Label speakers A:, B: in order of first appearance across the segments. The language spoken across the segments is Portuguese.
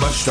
A: baixo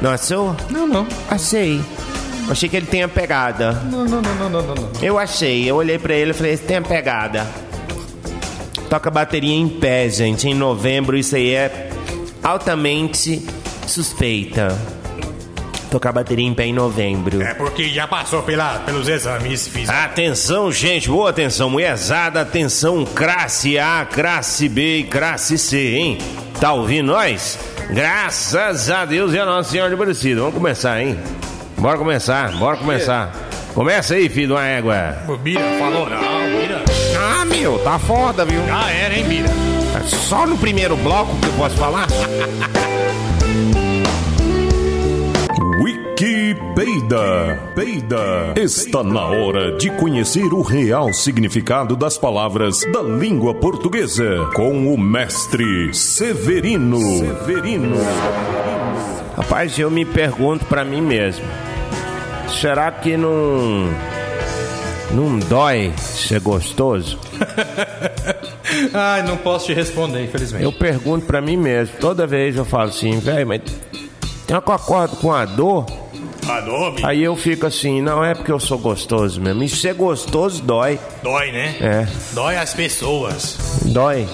B: Não achou?
C: Não, não.
B: Achei. Achei que ele tenha pegada.
C: Não, não, não, não, não, não, não.
B: Eu achei, eu olhei pra ele e falei, "Esse tem a pegada. Toca bateria em pé, gente. Em novembro isso aí é altamente suspeita. Tocar bateria em pé em novembro.
C: É porque já passou pela, pelos exames físicos.
B: Atenção, gente, boa atenção, mulherzada, atenção, classe A, classe B e classe C, hein? Tá ouvindo nós? Graças a Deus e a Nossa Senhora de Aparecida. Vamos começar, hein? Bora começar, bora começar. Começa aí, filho de uma égua.
C: O Bira falou, não, Bira.
B: Ah, meu, tá foda, viu?
C: Já era, hein, Bira?
B: Só no primeiro bloco que eu posso falar?
A: Wiki Peida. Peida. Está na hora de conhecer o real significado das palavras da língua portuguesa com o mestre Severino. Severino.
B: Rapaz, eu me pergunto pra mim mesmo. Será que não. Não dói ser gostoso?
D: Ai, não posso te responder, infelizmente.
B: Eu pergunto pra mim mesmo. Toda vez eu falo assim, velho, mas. Tem uma que eu acordo com a dor.
C: Adobe.
B: Aí eu fico assim, não é porque eu sou gostoso mesmo. E ser gostoso dói.
C: Dói, né?
B: É,
C: Dói as pessoas.
B: dói.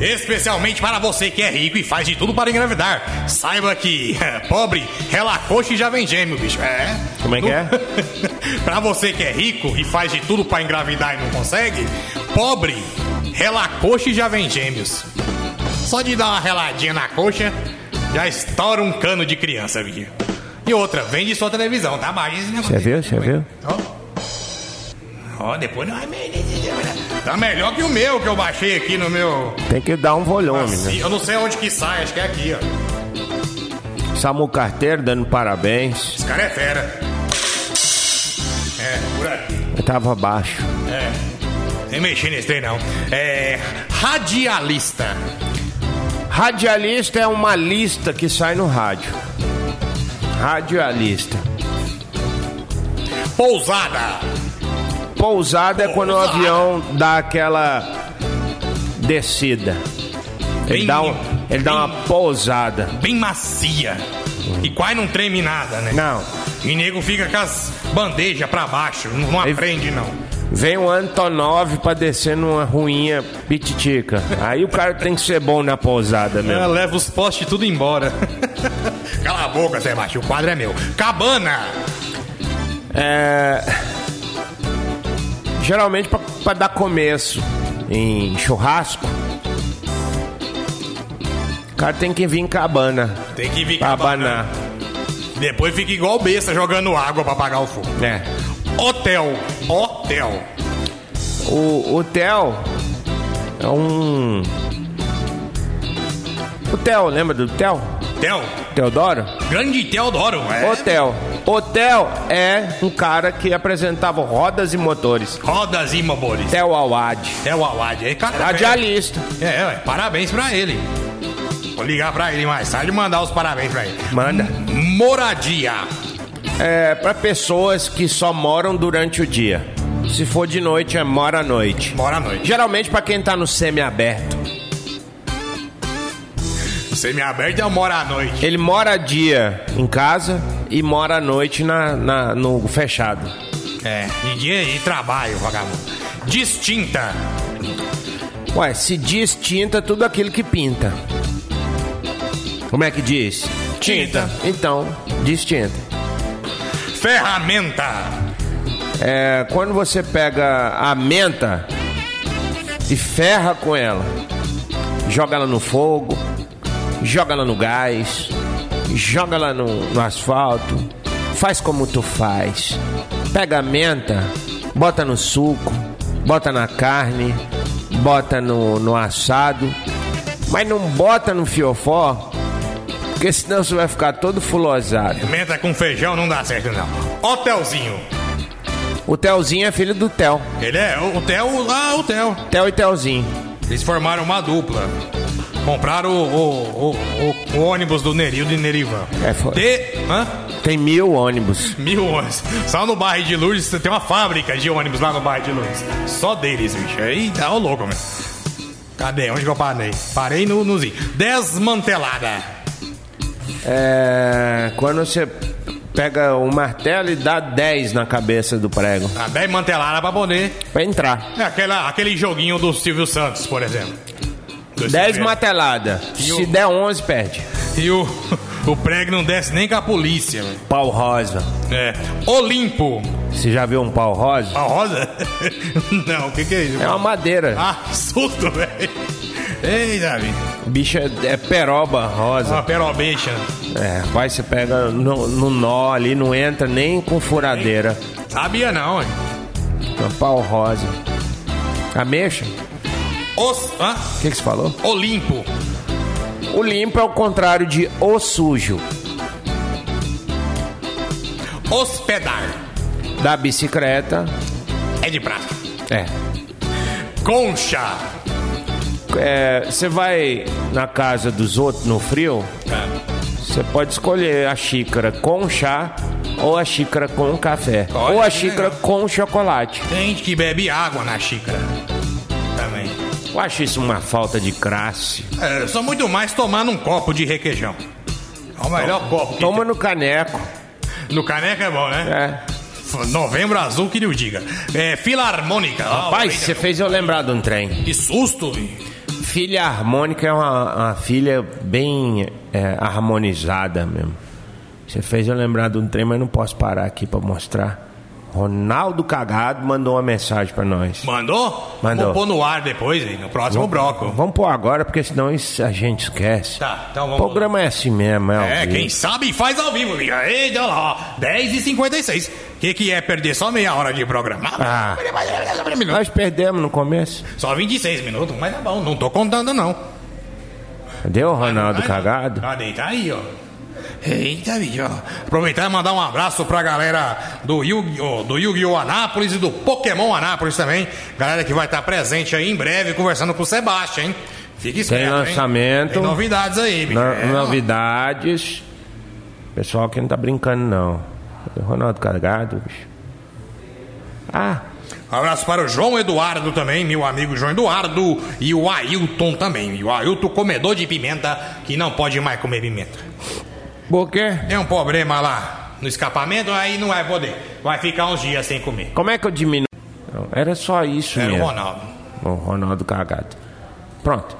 C: Especialmente para você que é rico e faz de tudo para engravidar. Saiba que é, pobre, relacoxa e já vem gêmeo, bicho. É.
B: Como é que é?
C: pra você que é rico e faz de tudo para engravidar e não consegue, pobre, relacoxa e já vem gêmeos. Só de dar uma reladinha na coxa, já estoura um cano de criança, bicho. E outra, vende sua televisão, tá? Mas esse negócio
B: Você viu? Você viu?
C: Ó. Ó, depois não. é Tá melhor que o meu que eu baixei aqui no meu.
B: Tem que dar um volume, né?
C: Eu não sei onde que sai, acho que é aqui, ó.
B: Samu Carteiro dando parabéns.
C: Esse cara é fera. É, por aqui.
B: Eu tava baixo.
C: É. Sem mexer nesse trem, não. É. Radialista.
B: Radialista é uma lista que sai no rádio. Radialista.
C: Pousada.
B: Pousada é quando o
C: Pousada.
B: avião dá aquela descida. Ele,
C: Bem-
B: dá, um- ele dá uma pousada.
C: Bem macia. E quase não treme nada, né?
B: Não.
C: E nego fica com as bandejas pra baixo. Não, não
B: Aí-
C: aprende, não.
B: Vem um Antonov pra descer numa ruinha pititica. Aí o cara tem que ser bom na pousada
D: Ela
B: mesmo.
D: leva os postes tudo embora.
C: Cala a boca, Sebastião. O quadro é meu. Cabana.
B: É. Geralmente pra, pra dar começo em churrasco. O cara tem que vir em cabana.
C: Tem que vir
B: Pra
C: cabana.
B: abanar.
C: Depois fica igual besta jogando água pra apagar o fogo.
B: É.
C: Hotel. Hotel.
B: O, o Theo é um. O Theo, lembra do Theo?
C: Tel.
B: Teodoro?
C: Grande Teodoro. É.
B: O Theo. O Theo é um cara que apresentava rodas e motores.
C: Rodas e mobores.
B: Theo Awad.
C: Tel Awad. É, cara,
B: Radialista.
C: é, é, ué, parabéns pra ele. Vou ligar pra ele mais tarde e mandar os parabéns pra ele.
B: Manda.
C: Moradia.
B: É pra pessoas que só moram durante o dia. Se for de noite, é mora à noite.
C: Mora à noite.
B: Geralmente pra quem tá no semi-aberto.
C: Semiaberto é o mora à noite.
B: Ele mora dia em casa e mora à noite na, na- no fechado.
C: É. E dia de trabalho, vagabundo. Distinta.
B: Ué, se diz tinta, tudo aquilo que pinta. Como é que diz?
C: Tinta.
B: Então, diz tinta.
C: Ferramenta.
B: É, quando você pega a menta e ferra com ela, joga ela no fogo, joga ela no gás, joga ela no, no asfalto, faz como tu faz. Pega a menta, bota no suco, bota na carne, bota no, no assado, mas não bota no fiofó, porque senão você vai ficar todo fulosado.
C: Menta com feijão não dá certo, não. Hotelzinho.
B: O Telzinho é filho do Tel.
C: Ele é o o Theo. Ah, o Theo.
B: Tel e Telzinho.
C: Eles formaram uma dupla. Compraram o, o- o- o- o ônibus do Nerildo e Nerivan.
B: É, foi.
C: De. Hã?
B: Tem mil ônibus.
C: Mil ônibus. Só no bairro de Lourdes tem uma fábrica de ônibus lá no bairro de Lourdes. Só deles, bicho. Aí tá ô louco, meu. Cadê? Onde que eu parei? Parei no, no Zinho. Desmantelada.
B: É, quando você pega o martelo e dá 10 na cabeça do prego
C: A desmantelada Tá pra poder.
B: pra entrar.
C: É aquela, aquele joguinho do Silvio Santos, por exemplo. Do
B: 10
C: Silvio.
B: martelada. Se
C: o-
B: der 11, perde.
C: E o, o prego não desce nem com a polícia, velho.
B: Pau rosa.
C: É. Olimpo.
B: Você já viu um pau rosa?
C: A Tá rosa? Não, o que, que é isso?
B: É uma madeira.
C: Ah, que susto, velho. Ei, Davi.
B: Bicho é, é peroba rosa.
C: Uma perobeixa.
B: É, rapaz, você pega no, no nó ali, não entra nem com furadeira.
C: Sabia não, hein?
B: É um pau rosa. Ameixa?
C: Os... Hã?
B: O que, que você falou?
C: Olimpo.
B: O limpo é o contrário de o sujo.
C: Hospedar.
B: Da bicicleta,
C: É de prata.
B: é,
C: Concha. Tá.
B: É, Você vai na casa dos outros no frio, Você pode escolher a xícara com chá ou a xícara com café.
C: Olha
B: ou a
C: que
B: xícara
C: legal.
B: com chocolate.
C: Tem gente que bebe água na xícara. Também.
B: Eu acho isso uma falta de crasse.
C: É, eu sou muito mais tomar num copo de requeijão. É o melhor copo. que
B: Toma no caneco.
C: tem. No caneca é bom, né?
B: É.
C: F- Novembro azul que lhe o diga. É, Filarmônica.
B: Pai,
C: Rapaz,
B: você fez eu lembrar de um trem.
C: que susto, vi.
B: Filha harmônica é uma, uma filha bem é, harmonizada mesmo. Você fez eu lembrar de um trem, mas não posso parar aqui pra mostrar. Ronaldo Cagado mandou uma mensagem pra nós.
C: Mandou?
B: Mandou.
C: Vou pôr no ar depois, hein? No próximo bloco.
B: Vamos pôr agora, porque senão isso a gente esquece.
C: Tá, então
B: O
C: vamos.
B: programa é assim mesmo, é. ao
C: É,
B: vivo.
C: quem sabe faz ao vivo. vi. Aí, olha lá, ó. 10h56. O que, que é perder só meia hora de programa?
B: Ah. Nós perdemos no começo.
C: Só 26 minutos, mas tá bom, não tô contando não.
B: Cadê o Ronaldo
C: Aí,
B: Cagado?
C: Tá deita aí, ó. Eita, bicho. ó. Aproveitar e mandar um abraço pra galera do Yu-Gi-Oh! do Yu-Gi-Oh! Anápolis e do Pokémon Anápolis também. Galera que vai estar presente aí em breve conversando com o Sebastião, hein? Fique esperto, hein?
B: lançamento.
C: Tem novidades aí, bicho.
B: No-
C: É,
B: novidades. Pessoal que não tá brincando, não. Cadê o Ronaldo Cagado, bicho? Ah,
C: Abraço para o João Eduardo também, meu amigo João Eduardo, e o Ailton também. E o Ailton, comedor de pimenta, que não pode mais comer pimenta.
B: por quê?
C: Tem um problema lá no escapamento, aí não vai poder. Vai ficar uns dias sem comer.
B: Como é que eu diminuo? Não, era só isso
C: Era o
B: mesmo.
C: Ronaldo.
B: O Ronaldo Cagado. Pronto.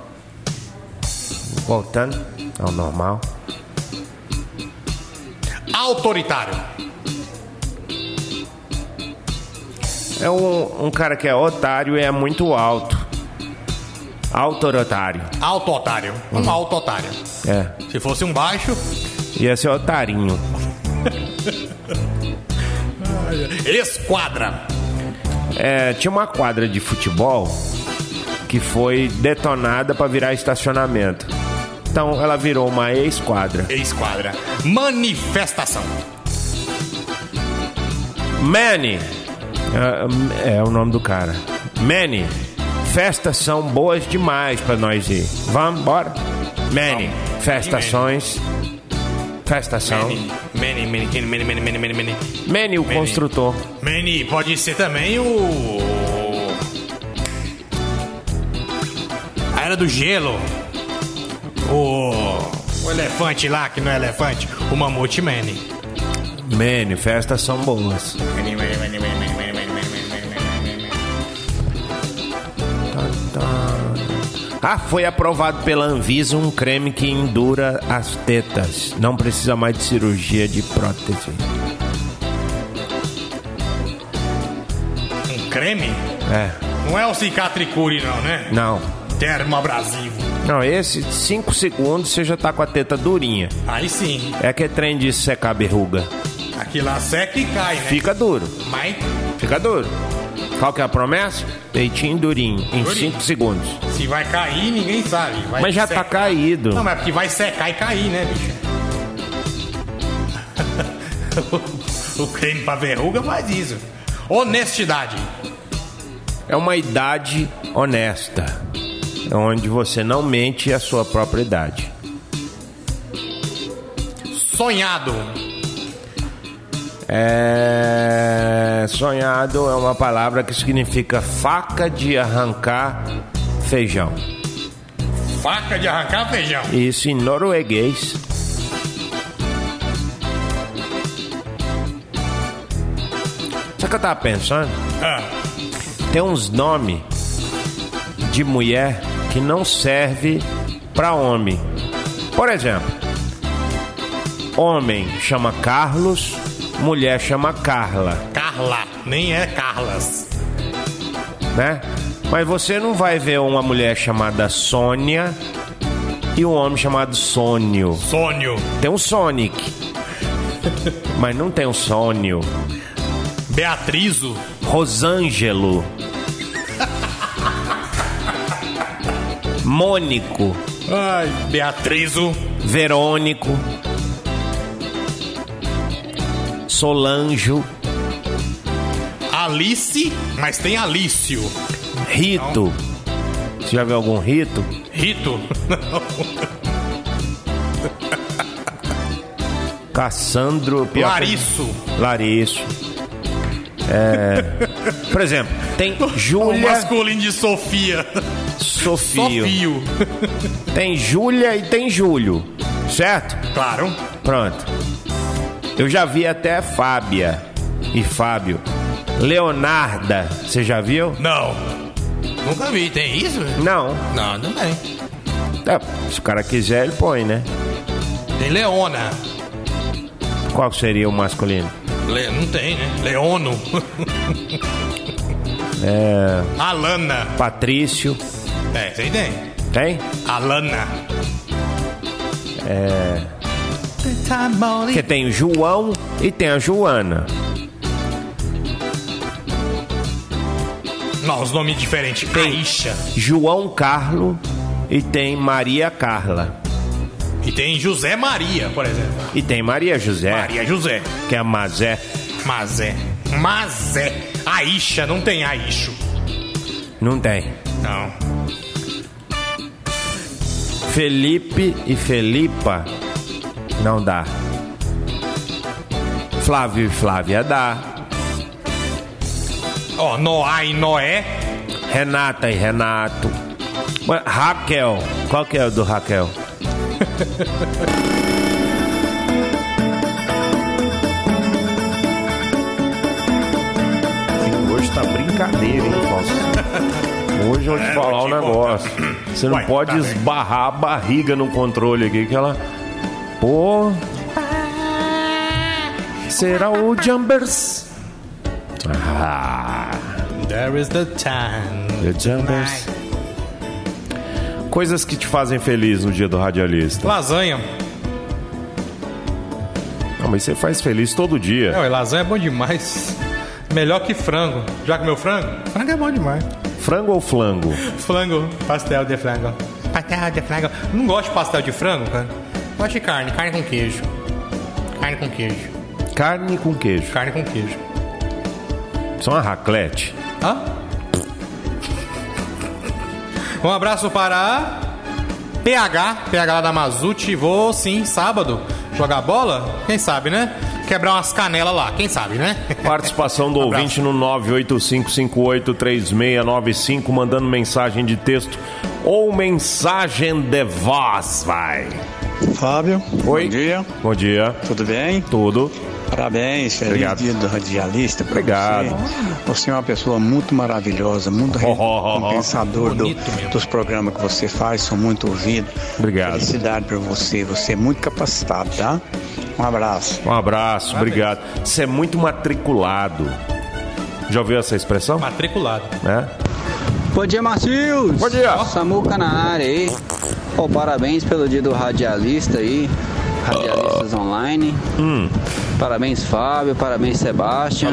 B: Voltando ao normal.
C: Autoritário.
B: É um, um cara que é otário e é muito alto. Autorotário.
C: Auto-otário. Um auto-otário.
B: É.
C: Se fosse um baixo,
B: Ia ser otarinho.
C: esquadra.
B: É, tinha uma quadra de futebol que foi detonada para virar estacionamento. Então ela virou uma ex-quadra.
C: Esquadra. Manifestação.
B: Manny! É, é o nome do cara. Manny, festas são boas demais pra nós ir. Vamos, bora? Manny, festações. Festação.
C: Many, many, many, many, many, many, many, many.
B: Manny, o construtor.
C: Many pode ser também o... A Era do Gelo. O... O elefante lá, que não é elefante. O Mamute Manny.
B: Manny, festas são boas. Ah, foi aprovado pela Anvisa um creme que endura as tetas. Não precisa mais de cirurgia de prótese.
C: Um creme?
B: É,
C: Não é o Cicatricure, não, né?
B: não.
C: Termo abrasivo.
B: Não, esse 5 segundos você já tá com a teta durinha.
C: Aí sim.
B: É que é trem de secar berruga.
C: Aqui lá seca e cai, né?
B: Fica duro,
C: Mas
B: fica duro. Qual que é a promessa? Peitinho durinho, em
C: Durinho.
B: 5 segundos.
C: se vai cair, ninguém sabe. Vai
B: Mas já tá
C: secar.
B: caído.
C: Não, mas é porque vai secar e cair, né, bicho? o, o creme pra verruga faz isso. Honestidade.
B: É uma idade honesta. É onde você não mente a sua própria idade.
C: Sonhado.
B: É... Sonhado é uma palavra que significa faca de arrancar feijão.
C: Faca de arrancar feijão.
B: Isso em norueguês. Sabe o que eu tava pensando?
C: Ah,
B: Tem uns nomes de mulher que não serve pra homem. Por exemplo, homem chama Carlos, mulher chama Carla.
C: Carla. Nem é Carlas.
B: né? Mas você não vai ver uma mulher chamada Sônia e um homem chamado Sônio.
C: Sônio.
B: Tem um Sonic, mas não tem um Sônio.
C: Beatrizo.
B: Rosângelo. Mônico.
C: Ai. Beatrizo.
B: Verônico. Solanjo.
C: Alice. Mas tem Alício.
B: Rito. Você já viu algum rito?
C: Rito.
E: Cassandro... pior que-
F: Larisso.
E: Larisso. É, por exemplo, tem
F: O
E: Júlia
F: masculino de Sofia.
E: Sofio.
F: Sofio.
E: Tem Júlia e tem Júlio, certo?
F: Claro.
E: Pronto. Eu já vi até Fábia e Fábio. Leonarda, você já viu?
F: Não. Nunca vi, tem isso?
E: Não.
F: Não, não tem.
E: É, se o cara quiser, ele põe, né?
F: Tem Leona.
E: Qual seria o masculino?
F: Le- não tem, né? Leono. é. Alana.
E: Patrício,
F: É, isso aí tem.
E: tem?
F: Alana.
E: Porque tem o João e tem a Joana.
F: Não, os nomes diferentes. Aisha.
E: João Carlo e tem Maria Carla.
F: E tem José Maria, por exemplo.
E: E tem Maria José,
F: Maria José.
E: que é a Mazé.
F: Mazé. Mazé. Aisha, não tem Aisho.
E: Não tem.
F: Não.
E: Felipe e Felipa não dá. Flávio e Flávia dá.
F: Ó, Noá e Noé.
E: Renata e Renato. Ué, Raquel. Qual que é o do Raquel?
B: Hoje tá brincadeira, hein, Fausto?
E: Hoje eu vou te falar
F: vou É,
E: um
F: te
E: negócio. Você não
F: Ué,
E: pode
F: tá bem.
E: esbarrar a barriga no controle aqui, que ela. Pô. Será o Jumbers? Ah.
F: There is the time.
E: The Jumbers.
B: Coisas que te fazem feliz no dia do radialista.
C: Lasanha.
B: Ah, mas você faz feliz todo dia.
C: Não, e lasanha é bom demais. Melhor que frango. Já comeu frango? Frango é bom demais.
B: Frango ou flango?
C: Frango, pastel de frango. Pastel de frango. Não gosto de pastel de frango, cara.
F: Gosto de carne, carne com queijo. Carne com queijo.
B: Carne com queijo.
C: Carne com queijo.
B: Só uma raclete.
C: Hã? Um abraço para a PH, PH lá da Mazute. Vou sim, sábado, jogar bola? Quem sabe, né? Quebrar umas canelas lá, quem sabe, né?
B: Participação do ouvinte no 985583695, mandando mensagem de texto ou mensagem de voz, vai.
G: Fábio,
B: Oi.
G: bom dia,
B: Bom dia.
G: tudo bem?
B: Tudo.
G: Parabéns, feliz
B: Obrigado.
G: dia do radialista. pra
B: Obrigado.
G: Você. Você é uma pessoa muito maravilhosa, muito
B: Oh, oh, oh, oh.
G: recompensador do-
C: Bonito mesmo.
G: dos programas que você faz, são muito ouvidos.
B: Obrigado.
G: Felicidade pra você, você é muito capacitado, tá? Um abraço.
B: Um abraço, obrigado. Você é muito matriculado. Já ouviu essa expressão?
C: Matriculado.
B: Né?
H: Bom dia, Marcius.
B: Bom dia.
H: Samuca na área aí. Pô, parabéns pelo dia do radialista aí. Radialistas online. Parabéns, Fábio. Parabéns, Sebastião.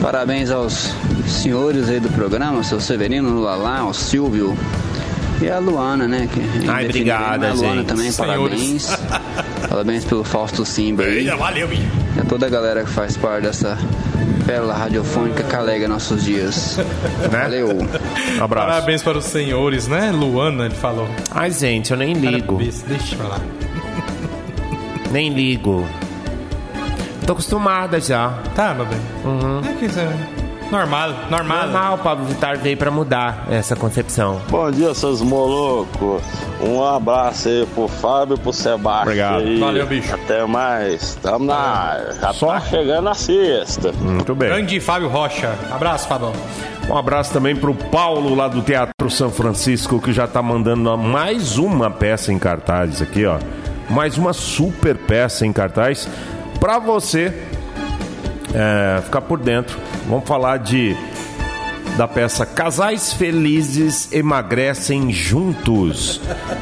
H: Parabéns aos senhores aí do programa, seu Severino Lalá, ao Silvio. E a Luana, né? Que né?
E: Ai, obrigada,
H: a Luana
E: gente.
H: também,
C: Senhores.
H: parabéns. parabéns pelo Fausto Simba aí.
F: Valeu, bicho.
H: E a toda a galera que faz parte dessa pérola radiofônica que alega nossos dias. Valeu.
B: Né? Um abraço.
C: Parabéns para os senhores, né? Luana, ele falou.
E: Ai, gente, eu nem ligo.
C: Parabéns, Deixa eu falar.
E: Nem ligo. Tô acostumada já.
C: Tá, meu bem. É que isso é normal, normal.
E: Normal, Pablo Vittar veio pra mudar essa concepção.
I: Bom dia, seus malucos. Um abraço aí pro Fábio e pro Sebastião.
B: Obrigado.
I: aí.
C: Valeu, bicho.
I: Até mais. Tamo na área. Já
B: Só?
I: tá chegando a sexta.
B: Muito bem.
C: Grande Fábio Rocha. Abraço, Fabão.
B: Um abraço também pro Paulo lá do Teatro São Francisco, que já tá mandando mais uma peça em cartaz aqui, ó. Mais uma super peça em cartaz pra você é, ficar por dentro. Vamos falar de da peça Casais Felizes Emagrecem Juntos.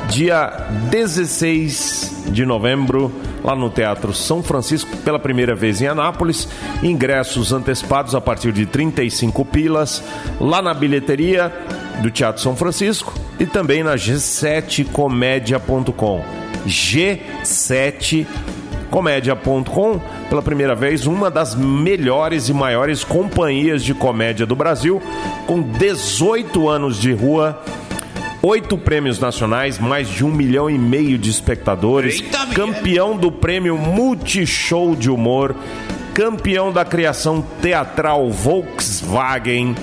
B: Dia 16 de novembro, lá no Teatro São Francisco, pela primeira vez em Anápolis. Ingressos antecipados a partir de 35 pilas, lá na bilheteria do Teatro São Francisco e também na g7comédia.com. G7 Comédia.com, pela primeira vez, uma das melhores e maiores companhias de comédia do Brasil, com 18 anos de rua, Oito prêmios nacionais, mais de um milhão e meio de espectadores. campeão do prêmio Multishow de Humor. Campeão da criação teatral Volkswagen.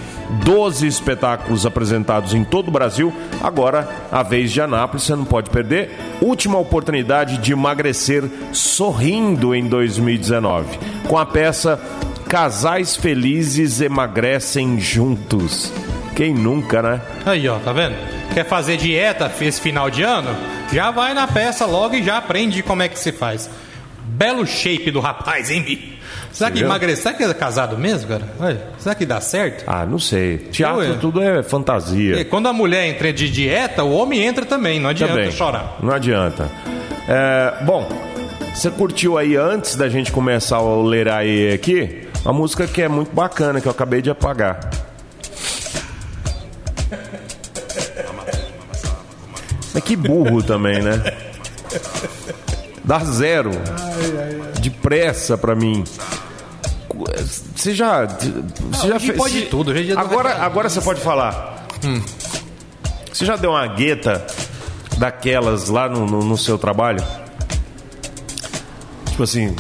B: 12 espetáculos apresentados em todo o Brasil. Agora, a vez de Anápolis, você não pode perder. Última oportunidade de emagrecer sorrindo em 2019. Com a peça Casais Felizes Emagrecem Juntos. Quem nunca, né?
C: Aí, ó, tá vendo? Quer fazer dieta esse final de ano? Já vai na peça logo e já aprende como é que se faz. Belo shape do rapaz, hein, Bi? Será que
B: viu?
C: emagrecer? Será que é casado mesmo, cara? Olha, será que dá certo?
B: Ah, não sei. Teatro
C: Ué.
B: tudo é
C: E
B: fantasia.
C: quando a mulher entra de dieta, o homem entra também, não adianta
B: Também.
C: chorar.
B: Não adianta. É, bom, você curtiu aí antes da gente começar a ler aí aqui? Uma música que é muito bacana, que eu acabei de apagar. Mas que burro também, né? Dá zero. Depressa pra mim. Você já. Você já
C: hoje
B: fez.
C: pode
B: você-
C: tudo, hoje é dia do
B: agora,
C: recado.
B: agora você pode falar. Você já deu uma gueta daquelas lá no, no- no seu trabalho? Tipo assim,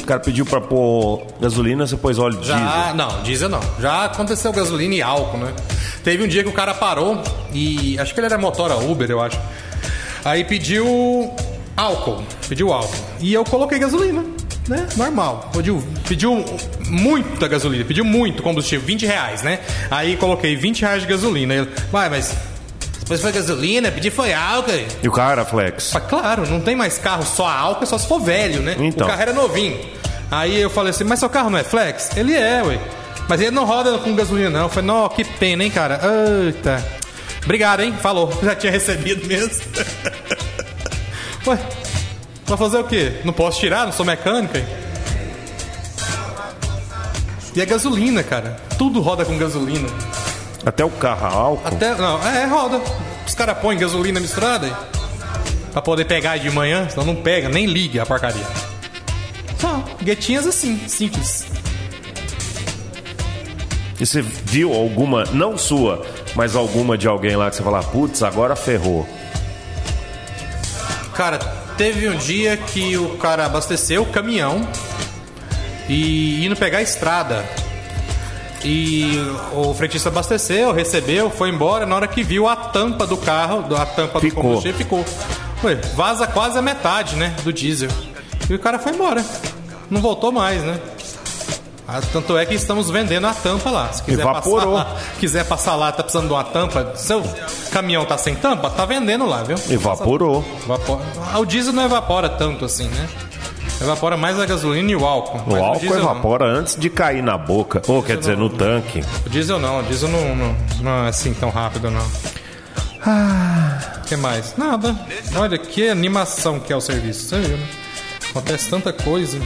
B: o cara pediu pra pôr gasolina, você pôs óleo diesel.
C: Já, não, diesel não. Já aconteceu gasolina e álcool, né? Teve um dia que o cara parou e. Acho que ele era motora Uber, eu acho. Aí pediu álcool. Pediu álcool. E eu coloquei gasolina, né? Normal. Pediu, pediu muita gasolina, pediu muito combustível, 20 reais, né? Aí coloquei 20 reais de gasolina. Ele, vai, mas. Depois foi gasolina, pedi foi álcool.
B: E o cara, Flex.
C: Mas claro, não tem mais carro só a álcool, é só se for velho, né?
B: Então.
C: O carro era novinho. Aí eu falei assim, mas seu carro não é flex? Ele é, ué. Mas ele não roda com gasolina, não. Eu falei, não, que pena, hein, cara? Eita. Obrigado, hein? Falou. Já tinha recebido mesmo. ué, vai fazer o quê? Não posso tirar, não sou mecânica? hein? E é gasolina, cara. Tudo roda com gasolina.
B: Até o carro a álcool.
C: Até. Não, é, é roda. Os caras põem gasolina misturada aí. Pra poder pegar de manhã, senão não pega, nem liga a porcaria. Só, guetinhas assim, simples.
B: E você viu alguma, não sua, mas alguma de alguém lá que você fala, putz, agora ferrou.
C: Cara, teve um dia que o cara abasteceu o caminhão e indo pegar a estrada. E o frentista abasteceu, recebeu, foi embora. Na hora que viu a tampa do carro, do- a tampa
B: Ficou.
C: do combustível, ficou. Ué, vaza quase a metade, né? Do diesel. E o cara foi embora. Não voltou mais, né? Ah, Tanto é que estamos vendendo a tampa lá. Se quiser
B: Evaporou.
C: Passar, lá- quiser passar lá, tá precisando de uma tampa. Seu caminhão tá sem tampa? Tá vendendo lá, viu?
B: Evaporou.
C: Evapora. Ah, O diesel não evapora tanto assim, né? Evapora mais a gasolina e o álcool.
B: O
C: Mas
B: álcool
C: diesel não.
B: evapora antes de cair na boca. Ou quer dizer, no tanque.
C: O diesel não, o diesel não, não, não é assim tão rápido, não. O que mais? Nada. Olha que animação que é o serviço. Você viu, né? Acontece tanta coisa.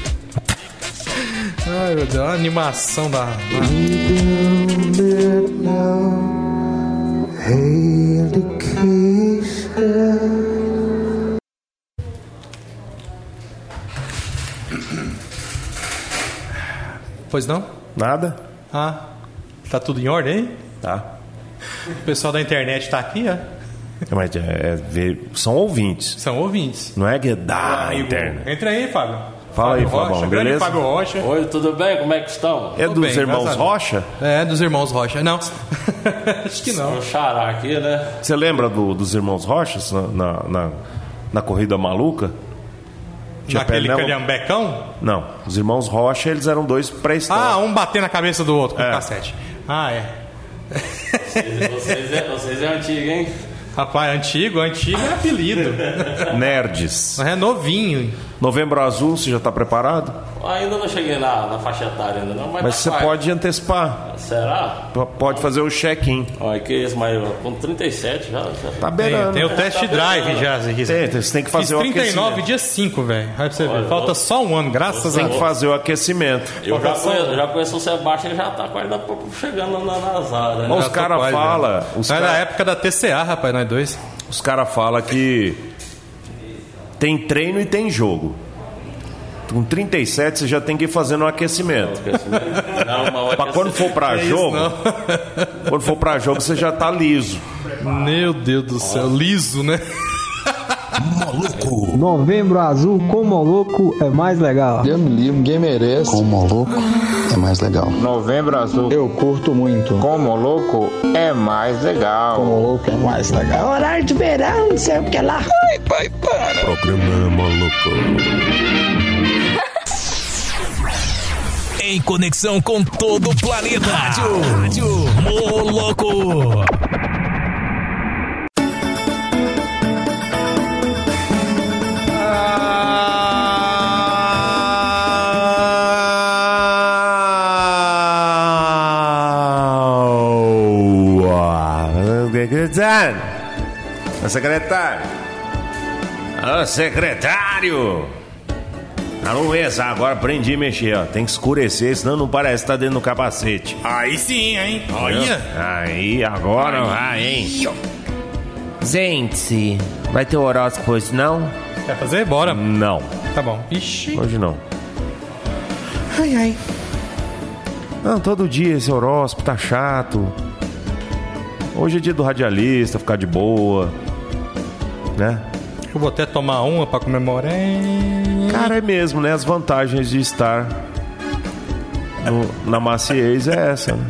C: Ai, meu Deus, a animação da. Pois não?
B: Nada?
C: Ah, tá tudo em ordem aí?
B: Tá.
C: O pessoal da internet tá aqui, ó.
B: Mas é, é ver- são ouvintes.
C: São ouvintes.
B: Não é que é da internet.
C: Entra aí, Fábio.
B: Fala aí,
C: Rocha,
B: Fabão,
C: grande
B: beleza?
C: Fábio Rocha.
J: Oi, tudo bem? Como é que estão?
B: É
C: Tô
B: dos
C: bem,
B: irmãos
C: graças a Deus.
B: Rocha?
C: É, dos irmãos Rocha. Não. Acho que não.
J: O xará aqui, né?
B: Você lembra do- dos irmãos Rochas na, na, na- na corrida maluca? Tinha
C: Naquele
B: Pernel-
C: calhambecão?
B: Não, os irmãos Rocha, eles eram dois
C: Ah,
B: pré-históricos.
C: um bater na cabeça do outro com
B: É.
C: o cassete. Ah, é.
J: Vocês é, vocês é antigo, hein?
C: Rapaz, antigo, antigo é apelido. Ah!
B: Nerds.
C: Mas é novinho.
B: Novembro Azul, você já está preparado?
J: Ainda não cheguei na, na faixa etária ainda não, mas,
B: Mas
J: tá
B: você
J: quase.
B: pode antecipar.
J: Será?
B: Pode fazer o check-in.
J: Olha, que isso, mas eu- com 37 já. já-
B: Tá
C: Tem,
B: beirando.
C: tem o test drive já, se quiser.
B: Tem, você tem que
C: Fiz
B: fazer o
C: 39,
B: aquecimento.
C: dia 5, velho. Aí pra você ver.
J: Olha,
C: Falta
J: eu-
C: só um ano, graças a
B: Tem
C: Deus.
B: que fazer o aquecimento.
J: Eu já
C: Vocação.
J: conheço, já conheço o Sebastião, ele já tá quase na- chegando na, nas áreas, né?
B: Mas os caras
C: quase, né?
B: falam. Os
C: Mas
B: cara-
C: na época da TCA, rapaz, nós dois.
B: Os caras falam que tem treino e tem jogo. Com 37 você já tem que ir fazendo um aquecimento.
J: Não, mas
B: Pra quando for pra
C: É isso,
B: jogo,
C: não.
B: quando for pra jogo você já tá liso.
C: Meu Deus do céu, liso, né?
K: Novembro azul com Moloco é mais legal.
G: Eu me livro, ninguém merece.
H: Como louco é mais legal.
L: Novembro Azul.
G: Eu curto muito.
L: Como louco é mais legal.
G: Como louco é mais legal.
M: Horário de verão, não sei o que é lá.
G: Ai, pai, para.
A: Programa maluco.
N: Em conexão com todo o planeta. Rádio. Rádio. Moloco.
B: Secretário! Ô secretário! Ô secretário! Alô, Eza, agora aprendi a mexer, ó. Tem que escurecer, senão não parece que tá dentro do capacete.
O: Aí sim, hein? Olha.
B: Aí, agora vai, hein? Gente, vai ter horóscopo hoje não?
C: Quer fazer? Bora.
B: Não,
C: Tá bom. Ixi.
B: hoje não.
C: Ai, ai.
B: Não, todo dia esse horóscopo tá chato. Hoje é dia do radialista, ficar de boa. Né?
C: Eu vou até tomar uma pra comemorar.
B: Cara, é mesmo, né? As vantagens de estar no- na maciez é essa. Né?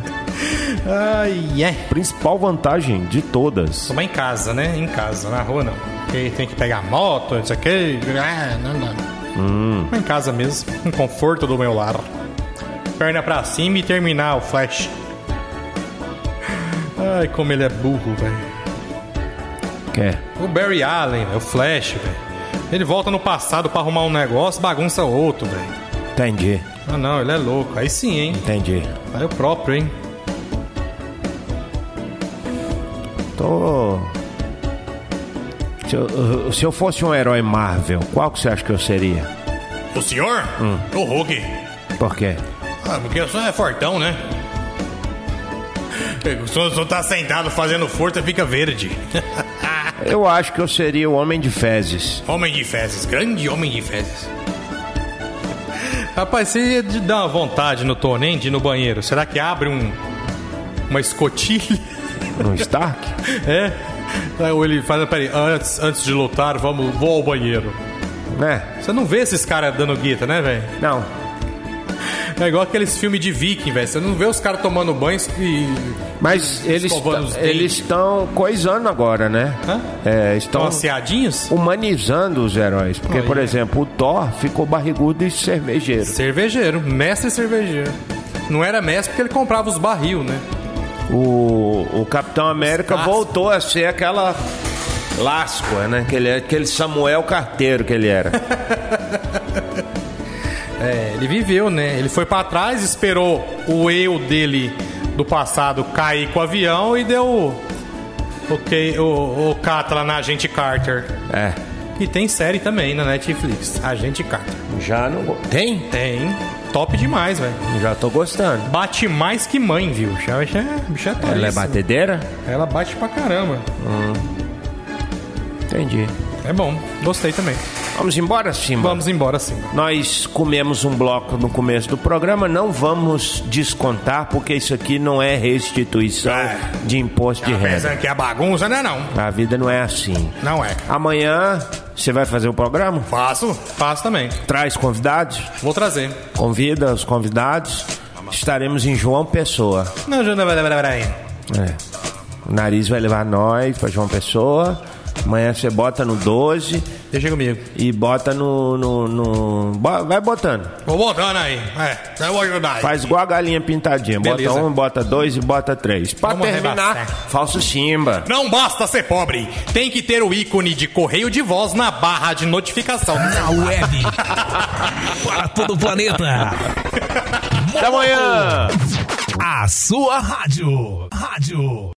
C: Ai, ai.
B: Principal vantagem de todas.
C: Tomar em casa, né? Em casa, na rua não. Porque tem que pegar moto, não sei o quê. Ah, não, não. Tomar em casa mesmo. Um conforto do meu lar. Perna pra cima e terminar o flash. Ai, como ele é burro, velho.
B: Quer?
C: O Barry Allen, velho, o Flash, velho. Ele volta no passado pra arrumar um negócio, bagunça outro, velho.
B: Entendi,
C: Ah, não, ele é louco. Aí sim, hein?
B: entendi.
C: Aí é o próprio, hein?
B: Tô. Se eu, se eu fosse um herói Marvel, qual que você acha que eu seria?
O: O senhor?
C: Hum.
O: O Hulk.
B: Por quê?
O: Ah, porque o senhor é fortão, né? O senhor, o senhor tá sentado fazendo força, fica verde.
B: Eu acho que eu seria o Homem de Fezes.
O: Homem de fezes, grande homem de fezes.
C: Rapaz, se ia de dar uma vontade no Tonem de ir no banheiro, será que abre um. uma escotilha?
B: No Stark?
C: É? Aí Ou ele faz, peraí, antes, antes de lutar, vamos, vou ao banheiro.
B: né?
C: Você não vê esses caras dando guita, né, velho?
B: Não.
C: É igual aqueles filmes de viking, velho. Você não vê os caras tomando banho e.
B: Mas eles,
C: Escovando os
B: ta-
C: dentes.
B: eles estão coisando agora, né?
C: Hã?
B: É, estão
C: Passeadinhos?
B: humanizando os heróis. Porque,
C: Olha.
B: por exemplo, o Thor ficou barrigudo e cervejeiro.
C: Cervejeiro, mestre cervejeiro. Não era mestre porque ele comprava os barril, né?
B: O, o Capitão América
C: Lasco.
B: voltou a ser aquela lasca, né? Aquele, aquele Samuel Carteiro que ele era.
C: É, ele viveu, né? Ele foi pra trás, esperou o eu dele do passado cair com o avião e deu o- o, que- o, o cata lá na Agente Carter.
B: é.
C: E tem série também na Netflix, Agente Carter.
B: Já não. go- Tem?
C: Tem. Top demais, velho.
B: Já tô gostando.
C: Bate mais que mãe, viu? Já, já, bicha é
B: Ela é
C: tolíssima.
B: batedeira?
C: Ela bate pra caramba.
B: Entendi.
C: É bom. Gostei também.
B: Vamos embora, Simba?
C: Vamos embora sim.
B: Nós comemos um bloco no começo do programa, não vamos descontar, porque isso aqui não é restituição
O: É.
B: de imposto de renda.
O: Pensando que é bagunça, né? Não,
B: A vida não é assim.
O: não é.
B: Amanhã você vai fazer o programa?
O: Faço.
C: Faço também.
B: Traz convidados?
C: Vou trazer.
B: Convida os convidados. Estaremos em João Pessoa.
C: Não, já não vai lembrar aí.
B: É. O nariz vai levar nós pra João Pessoa. Amanhã você bota no 12
C: Deixa comigo.
B: e bota no. no, no- bo- vai botando.
O: Vou botando aí. É, eu vou ajudar aí.
B: Faz igual a galinha pintadinha.
C: Beleza.
B: Bota um, bota dois e bota três. Pra
C: Vamos
B: terminar,
C: arrebaçar.
B: falso Simba.
O: Não basta ser pobre, tem que ter o ícone de correio de voz na barra de notificação.
N: Na web. Para todo o planeta.
B: Até amanhã!
N: A sua rádio. Rádio.